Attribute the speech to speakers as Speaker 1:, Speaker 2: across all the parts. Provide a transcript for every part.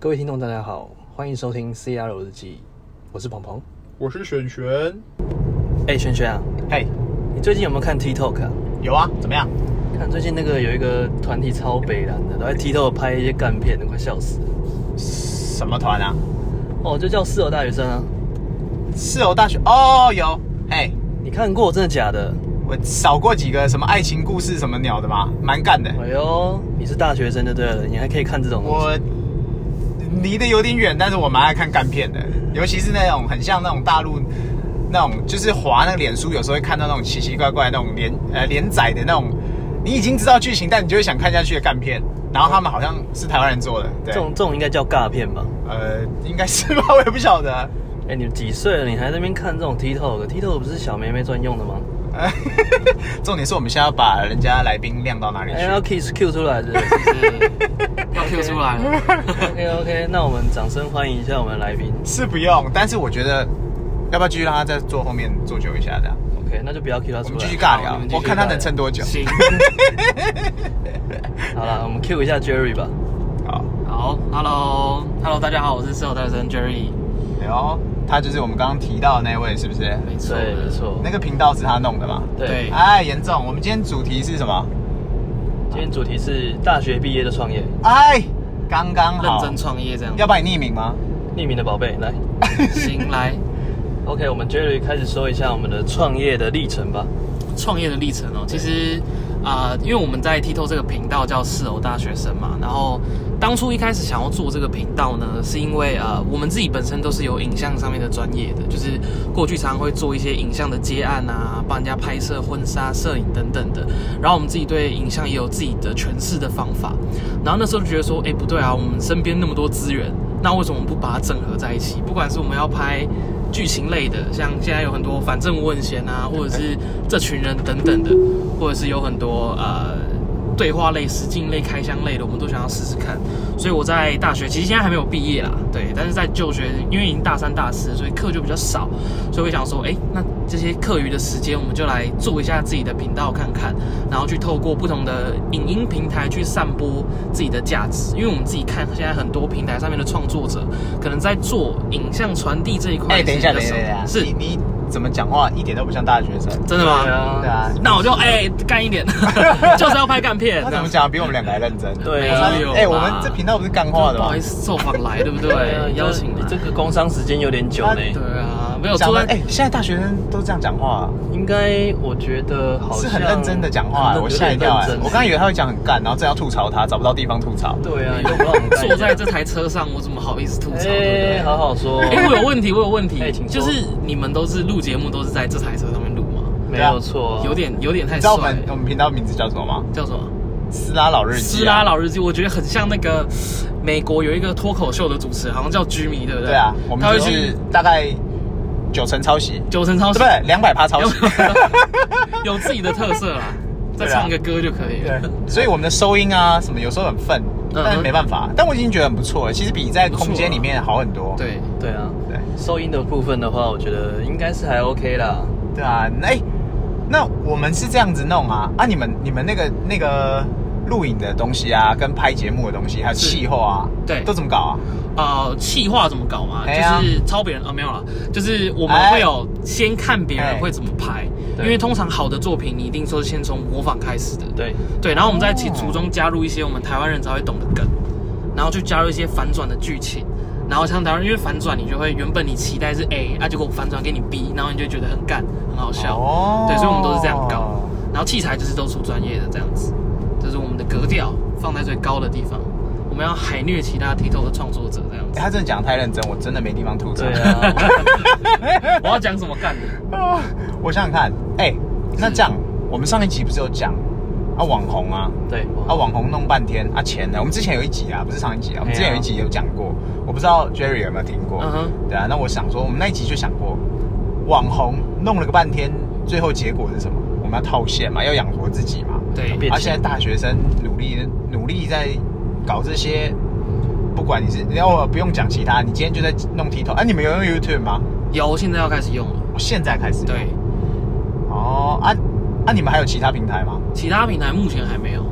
Speaker 1: 各位听众，大家好，欢迎收听 CR 日记，我是鹏鹏。
Speaker 2: 我是璇璇。
Speaker 1: 哎、轩轩啊，
Speaker 2: 嘿，
Speaker 1: 你最近有没有看 TikTok 啊？
Speaker 2: 有啊，怎么样？
Speaker 1: 看最近那个有一个团体超北蓝的，都在 TikTok 拍一些干片的，快笑死了。
Speaker 2: 什么团啊？
Speaker 1: 哦，就叫室友大学生啊，
Speaker 2: 四楼大学哦，有。哎，
Speaker 1: 你看过真的假的？
Speaker 2: 我扫过几个什么爱情故事什么鸟的吧，蛮干的。
Speaker 1: 哎呦，你是大学生就对了，你还可以看这种东西。
Speaker 2: 我离得有点远，但是我蛮爱看干片的，尤其是那种很像那种大陆那种，就是滑那个脸书，有时候会看到那种奇奇怪怪那种连呃连载的那种，你已经知道剧情，但你就会想看下去的干片。然后他们好像是台湾人做的，
Speaker 1: 这
Speaker 2: 对，
Speaker 1: 种这种应该叫尬片吧？
Speaker 2: 呃，应该是吧， 我也不晓得。
Speaker 1: 哎、你几岁了？你还在那边看这种 TikTok？TikTok 不是小妹妹专用的吗？
Speaker 2: 呃 重点是我们现在要把人家来宾晾到哪里去？
Speaker 1: 哎、要 kiss Q 出来是 不是？
Speaker 3: 要 Q 出 来了。
Speaker 1: OK OK，那我们掌声欢迎一下我们的来宾。
Speaker 2: 是不用，但是我觉得要不要继续让他再坐后面坐久一下？这样，
Speaker 1: OK，那就不要 Q 他
Speaker 2: 我
Speaker 1: 出来。
Speaker 2: 们继续尬聊
Speaker 1: 好们，继续
Speaker 2: 我看他
Speaker 1: 尬聊
Speaker 2: 能撑多久。
Speaker 3: 行，
Speaker 1: 好了，我们 Q 一下 Jerry 吧。
Speaker 2: 好，
Speaker 3: 好，Hello，Hello，大家好，我是室友大学生 Jerry。
Speaker 2: 然后他就是我们刚刚提到的那位，是不是？
Speaker 3: 没错，
Speaker 1: 对，没。错。
Speaker 2: 那个频道是他弄的嘛？
Speaker 1: 对
Speaker 3: 对，
Speaker 2: 哎，严重！我们今天主题是什么？
Speaker 1: 今天主题是大学毕业就创业，
Speaker 2: 哎，刚刚
Speaker 3: 认
Speaker 2: 好。
Speaker 3: 真创业这样。
Speaker 2: 要帮你匿名吗？
Speaker 1: 匿名的宝贝来。
Speaker 3: 行，来
Speaker 1: OK，我们 Jerry 开始说一下我们的创业的历程吧。
Speaker 3: 创业的历程哦。其实啊、因为我们在 Tito 这个频道叫室友大学生嘛，然后当初一开始想要做这个频道呢，是因为呃，我们自己本身都是有影像上面的专业的，就是过去常常会做一些影像的接案啊，帮人家拍摄婚纱、摄影等等的。然后我们自己对影像也有自己的诠释的方法。然后那时候就觉得说，哎，不对啊，我们身边那么多资源，那为什么不把它整合在一起？不管是我们要拍剧情类的，像现在有很多反正我很闲啊，或者是这群人等等的，或者是有很多呃。对话类、实境类、开箱类的，我们都想要试试看。所以我在大学，其实现在还没有毕业啦，对，但是在就学，因为已经大三、大四，所以课就比较少，所以我想说，哎，那这些课余的时间，我们就来做一下自己的频道看看，然后去透过不同的影音平台去散播自己的价值。因为我们自己看现在很多平台上面的创作者，可能在做影像传递这一块，
Speaker 2: 哎，等一下，
Speaker 3: 是
Speaker 2: 等
Speaker 3: 比
Speaker 2: 一下，
Speaker 3: 较少
Speaker 2: 等一下，
Speaker 3: 是
Speaker 2: 你你怎么讲话一点都不像大学生？
Speaker 3: 真的吗？
Speaker 1: 对啊
Speaker 2: 对啊，
Speaker 3: 那我就哎、干一点，就是要拍干片。
Speaker 2: 他
Speaker 3: 这
Speaker 2: 怎
Speaker 3: 样
Speaker 2: 么讲比我们两个还认真？
Speaker 1: 对
Speaker 3: 啊
Speaker 2: 他
Speaker 3: 没有
Speaker 2: 哎，我
Speaker 3: 吧
Speaker 2: 们这频道不是干话的
Speaker 3: 不
Speaker 2: 吗
Speaker 3: 好意？思，受访来，对不
Speaker 2: 啊
Speaker 3: 对？邀请
Speaker 1: 你
Speaker 3: 来
Speaker 1: 这。个工商时间有点久呢。
Speaker 3: 对啊，没有
Speaker 2: 讲
Speaker 3: 坐
Speaker 2: 的
Speaker 3: 在
Speaker 2: 哎，现在大学生都这样讲话啊。
Speaker 1: 应该我觉得好像
Speaker 2: 是很认真的讲话，
Speaker 1: 很
Speaker 2: 我吓一跳、
Speaker 1: 有
Speaker 2: 哎
Speaker 1: 点认真
Speaker 2: 我刚以为他会讲很干，然后正要吐槽他，找不到地方吐槽。
Speaker 1: 对啊，你都不让我们干一下
Speaker 3: 坐在这台车上，我怎么好意思吐槽？
Speaker 1: 哎
Speaker 3: 对，不
Speaker 1: 好好 说。
Speaker 3: 对？哎，我有问题，我有问题
Speaker 1: 哎请，说
Speaker 3: 就是你们都是录节目都是在这台车上面录吗？
Speaker 1: 没有错，
Speaker 3: 有点有点
Speaker 2: 哦你
Speaker 3: 太
Speaker 2: 知道我
Speaker 3: 帅
Speaker 2: 们我
Speaker 3: 了，
Speaker 2: 们频道名字叫什么吗？
Speaker 3: 叫什么？
Speaker 2: 斯拉老日记、啊
Speaker 3: 斯拉。老日记，我觉得很像那个美国有一个脱口秀的主持人，好像叫居米，对不对？
Speaker 2: 对啊，我们
Speaker 3: 他会
Speaker 2: 就是
Speaker 3: 去
Speaker 2: 大概九成抄袭，
Speaker 3: 九层超
Speaker 2: 对不
Speaker 3: 市，
Speaker 2: 对？两百趴抄袭。
Speaker 3: 有自己的特色啦，再
Speaker 2: 对啊
Speaker 3: 唱个歌就可以了。
Speaker 2: 对，所以我们的收音啊什么有时候很愤，
Speaker 3: 嗯
Speaker 2: 但是没办法。但我已经觉得很不错了，其实比在空间里面好很多。
Speaker 3: 对，
Speaker 1: 对啊。
Speaker 2: 对
Speaker 1: 收音的部分的话，我觉得应该是还 OK 啦。
Speaker 2: 对啊，那、哎那我们是这样子弄啊啊！你们你们那个那个录影的东西啊，跟拍节目的东西，还有
Speaker 3: 是
Speaker 2: 气候啊，
Speaker 3: 对
Speaker 2: 都怎么搞啊？
Speaker 3: 呃，企划怎么搞嘛？
Speaker 2: 哎呀
Speaker 3: 就是抄别人啊，没有啦，就是我们会有先看别人会怎么拍，
Speaker 1: 哎
Speaker 3: 因为通常好的作品，你一定说是先从模仿开始的，
Speaker 1: 对，
Speaker 3: 对，然后我们在其途中加入一些我们台湾人才会懂的梗，然后去加入一些反转的剧情，然后像台湾，因为反转你就会原本你期待是 A，啊，结果反转给你 B，然后你就觉得很干，很好笑，
Speaker 2: 哦
Speaker 3: 对，所以我们都是这样搞，然后器材就是都出专业的这样子，这是我们的格调放在最高的地方，我们要海虐其他 TikTok 的创作者这样子
Speaker 2: 欸。他真的讲得太认真，我真的没地方吐槽。
Speaker 1: 对 啊，
Speaker 3: 我要讲什么干的？
Speaker 2: 啊我想想看，哎、那这样，我们上一集不是有讲啊网红啊，
Speaker 1: 对
Speaker 2: 啊网红弄半天啊钱呢？我们之前有一集啊，不是上一集啊，我们之前有一集有讲过，我不知道 Jerry 有没有听过。
Speaker 3: 哎嗯哼
Speaker 2: 对啊，那我想说，我们那一集就想过，网红弄了个半天，最后结果是什么？我们要套现嘛，要养活自己嘛。
Speaker 3: 对，
Speaker 1: 变
Speaker 2: 啊，
Speaker 1: 现
Speaker 2: 现在大学生努力努力在搞这些，不管你是，然后不用讲其他，你今天就在弄 TikTok，啊，你们有用 YouTube 吗？
Speaker 3: 有，现在要开始用了。
Speaker 2: 我现在开始。。
Speaker 3: 对，
Speaker 2: 哦，啊啊，你们还有其他平台吗？
Speaker 3: 其他平台目前还没有，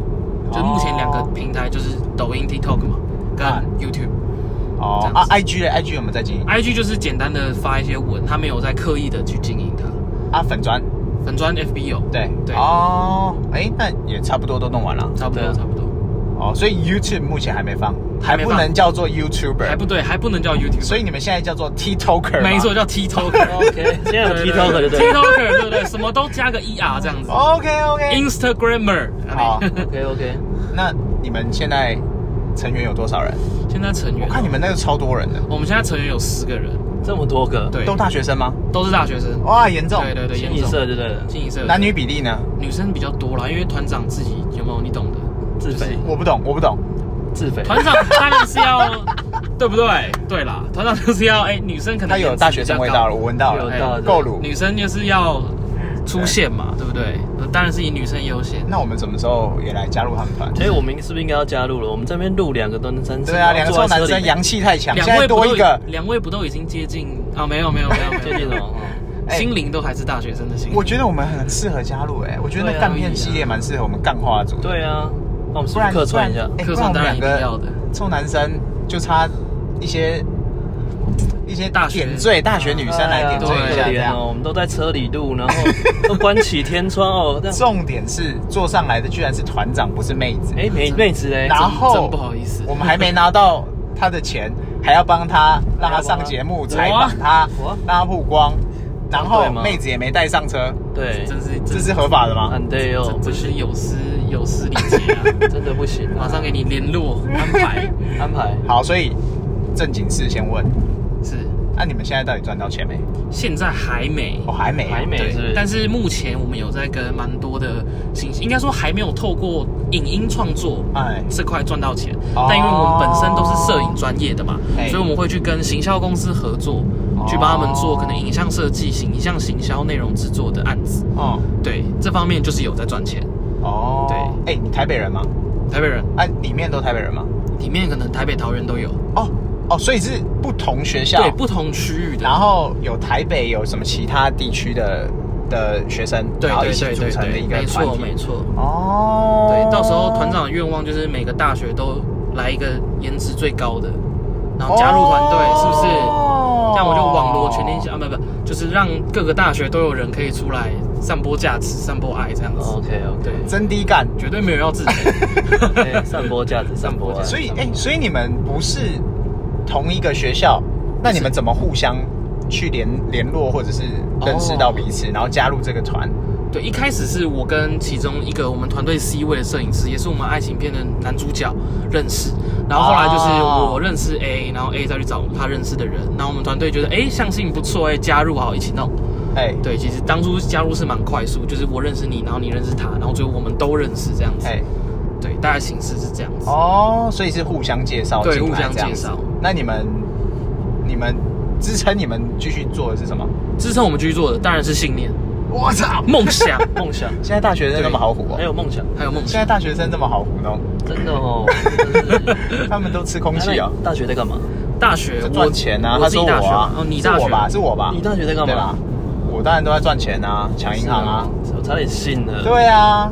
Speaker 3: 就目前两个平台就是抖音、TikTok 嘛，跟
Speaker 2: 哦啊
Speaker 3: YouTube。
Speaker 2: 啊
Speaker 3: 子。
Speaker 2: ，IG 嘞，IG 有没有在经营？
Speaker 3: IG 就是简单的发一些文，他没有在刻意的去经营它。
Speaker 2: 啊，粉砖，
Speaker 3: 粉砖 FB 有，
Speaker 2: 对
Speaker 3: 对
Speaker 2: 哦，哎，那也差不多都弄完了
Speaker 3: 差不
Speaker 1: 对
Speaker 3: 多
Speaker 1: 啊
Speaker 3: 差不多，
Speaker 2: 哦，所以 YouTube 目前还没放，还
Speaker 3: 还没
Speaker 2: 不
Speaker 3: 放
Speaker 2: 能叫做 YouTuber，
Speaker 3: 还不对，还不能叫 YouTube。
Speaker 2: 所以你们现在叫做 TikToker，吗
Speaker 3: 没错，。叫 TikToker。
Speaker 1: OK，现 在有 TikTok 对不对
Speaker 3: TikToker 对不对？什么都加个 ER 这样子。
Speaker 2: OK OK，
Speaker 3: Instagrammer
Speaker 2: 好，
Speaker 1: ？OK OK，
Speaker 2: 那你们现在成员有多少人？
Speaker 3: 现在成员
Speaker 2: 我，看你们那个超多人的，
Speaker 3: 我们现在成员有十个人，
Speaker 1: 这么多个，
Speaker 3: 对，
Speaker 2: 都大学生吗？
Speaker 3: 都是大学生。
Speaker 2: 哇，严重，
Speaker 3: 对对对，
Speaker 1: 清
Speaker 3: 严
Speaker 1: 一
Speaker 3: 重
Speaker 1: 色就对了，
Speaker 3: 清一色，
Speaker 2: 哦男女比例呢？
Speaker 3: 女生比较多啦，因为团长自己有没有你懂的？
Speaker 1: 自肥
Speaker 2: 我不懂，我不懂。
Speaker 1: 自肥，
Speaker 3: 团长当然是要，对不对？对啦，团长就是要，哎，女生可能
Speaker 2: 他有大学生味道了，我闻到
Speaker 1: 有
Speaker 2: 了，
Speaker 1: 到
Speaker 3: 哎
Speaker 2: 够乳。
Speaker 3: 女生就是要出现嘛，对不对？当然是以女生优先。
Speaker 2: 那我们什么时候也来加入他们团？
Speaker 1: 哎，我们是不是应该要加入了？我们这边录两个都男生，
Speaker 2: 对啊，两
Speaker 1: 然
Speaker 2: 个
Speaker 1: 后
Speaker 2: 臭
Speaker 1: 坐在
Speaker 2: 男
Speaker 1: 车
Speaker 2: 生
Speaker 1: 里面
Speaker 2: 阳气太强，现
Speaker 3: 两
Speaker 2: 在
Speaker 3: 位不
Speaker 2: 多
Speaker 3: 都
Speaker 2: 一
Speaker 3: 已
Speaker 2: 个，
Speaker 3: 两位不都已经接近啊？没有没有没有没有，
Speaker 1: 最近什么？ 哦
Speaker 2: 哎
Speaker 3: 心灵都还是大学生的心灵。
Speaker 2: 我觉得我们很适合加入哎、我觉得那
Speaker 1: 对啊
Speaker 2: 干片系列蛮适合我们干话组的。
Speaker 1: 对啊，那我们是不是
Speaker 2: 不然
Speaker 1: 客串一下？
Speaker 2: 不然哎不
Speaker 3: 客
Speaker 2: 然
Speaker 3: 串
Speaker 2: 我们
Speaker 3: 当然
Speaker 2: 两
Speaker 3: 一定要
Speaker 2: 个
Speaker 3: 的。
Speaker 2: 臭男生就差一些一些
Speaker 3: 大学
Speaker 2: 点缀，大学女生来点
Speaker 1: 对
Speaker 2: 缀
Speaker 1: 啊
Speaker 2: 一下
Speaker 1: 可
Speaker 2: 这
Speaker 1: 怜哦，
Speaker 2: 样。
Speaker 1: 我们都在车里录， 然后都关起天窗哦。这样
Speaker 2: 重点是坐上来的居然是团长，不是妹子。
Speaker 1: 哎，妹妹子嘞，
Speaker 2: 然后
Speaker 3: 真不好意思
Speaker 2: 我们还没拿到他的钱，还要帮他让他上节目
Speaker 3: 还
Speaker 2: 采
Speaker 3: 要帮
Speaker 2: 访他
Speaker 1: 我，
Speaker 2: 让他曝光，然后
Speaker 1: 对吗
Speaker 2: 妹子也没带上车，
Speaker 1: 对，
Speaker 3: 真是
Speaker 2: 这是合法的吗？
Speaker 1: 很对哦
Speaker 3: 这，这是有失有失礼节啊！
Speaker 1: 真的不行啊，
Speaker 3: 马上给你联络安 排。
Speaker 1: 安排。
Speaker 2: 好，所以正经事先问，
Speaker 3: 是，
Speaker 2: 那、你们现在到底赚到钱没？
Speaker 3: 现在还没
Speaker 2: 我、。还没啊、
Speaker 1: 还没
Speaker 3: 对
Speaker 1: 是不是
Speaker 3: 但是目前我们有在跟蛮多的新，应该说还没有透过影音创作
Speaker 2: 哎，
Speaker 3: 这块赚到钱，
Speaker 2: 哦
Speaker 3: 但因为我们本身都是摄影专业的嘛
Speaker 2: 哎，
Speaker 3: 所以我们会去跟行销公司合作，去帮他们做可能影像设计、形象行销、内容制作的案子。
Speaker 2: 哦
Speaker 3: 对，这方面就是有在赚钱。
Speaker 2: 哦，对，哎、你台北人吗？
Speaker 3: 台北人
Speaker 2: 哎、里面都台北人吗？
Speaker 3: 里面可能台北、桃园都有，
Speaker 2: 哦哦，所以是不同学校，
Speaker 3: 对，不同区域的。
Speaker 2: 然后有台北有什么其他地区的的学生，
Speaker 3: 对
Speaker 2: 然后一
Speaker 3: 对
Speaker 2: 起
Speaker 3: 对
Speaker 2: 组
Speaker 3: 对
Speaker 2: 成的
Speaker 3: 对，
Speaker 2: 一个
Speaker 3: 没
Speaker 2: 团
Speaker 3: 错
Speaker 2: 体
Speaker 3: 没。错。
Speaker 2: 哦，
Speaker 3: 对，到时候团长的愿望就是每个大学都来一个颜值最高的，然后加入团队，
Speaker 2: 哦
Speaker 3: 是不是？这样我就网罗全天下啊，不不，就是让各个大学都有人可以出来散播价值、散播爱这样
Speaker 2: 哦
Speaker 3: 子。
Speaker 1: OK
Speaker 3: 对
Speaker 1: OK，，
Speaker 2: 真低干。
Speaker 3: 绝对没有 要自己。
Speaker 1: 哎散播价值，散播价值。
Speaker 2: 所以
Speaker 1: 散播
Speaker 2: 哎、所以你们不是同一个学校，那你们怎么互相去联联络，或者是认识到彼
Speaker 3: 哦
Speaker 2: 此，然后加入这个团？
Speaker 3: 对，一开始是我跟其中一个我们团队 C 位的摄影师，也是我们爱情片的男主角认识，然后后来就是
Speaker 2: 哦
Speaker 3: 我认识 A，然后 A 再去找他认识的人，然后我们团队觉得哎相信不错哎，加入好一起弄。
Speaker 2: 哎、
Speaker 3: 对，其实当初加入是蛮快速，就是我认识你，然后你认识他，然后最后我们都认识这样子。
Speaker 2: 哎、
Speaker 3: 对，大概形式是这样子。
Speaker 2: 哦，所以是互相介绍，
Speaker 3: 对
Speaker 2: 进来
Speaker 3: 互相
Speaker 2: 这样
Speaker 3: 介
Speaker 2: 子
Speaker 3: 绍。
Speaker 2: 那你们你们支撑你们继续做的是什么？
Speaker 3: 支撑我们继续做的当然是信念、
Speaker 2: 我操！
Speaker 3: 梦 想，
Speaker 1: 梦想，
Speaker 2: 现在大学生那么好唬哦、
Speaker 1: 还有梦想，
Speaker 3: 还有梦
Speaker 2: 现
Speaker 3: 想
Speaker 2: 在。大学生这么好糊弄，
Speaker 1: 真的哦。 真的是
Speaker 2: 他们都吃空气哦、
Speaker 1: 哎那你大学在干嘛？
Speaker 3: 大学
Speaker 2: 在
Speaker 3: 我
Speaker 2: 赚钱啊！他
Speaker 3: 我自
Speaker 2: 说
Speaker 3: 己
Speaker 2: 我
Speaker 3: 大学
Speaker 2: 啊
Speaker 3: 嘛，哦，你
Speaker 2: 是
Speaker 3: 大
Speaker 2: 我
Speaker 3: 学
Speaker 2: 吧，是我吧，
Speaker 1: 你大学在干
Speaker 2: 对吧
Speaker 1: 嘛？？
Speaker 2: 我当然都在赚钱啊，抢银行啊。
Speaker 1: 是吗，我差点信了。，
Speaker 2: 对啊，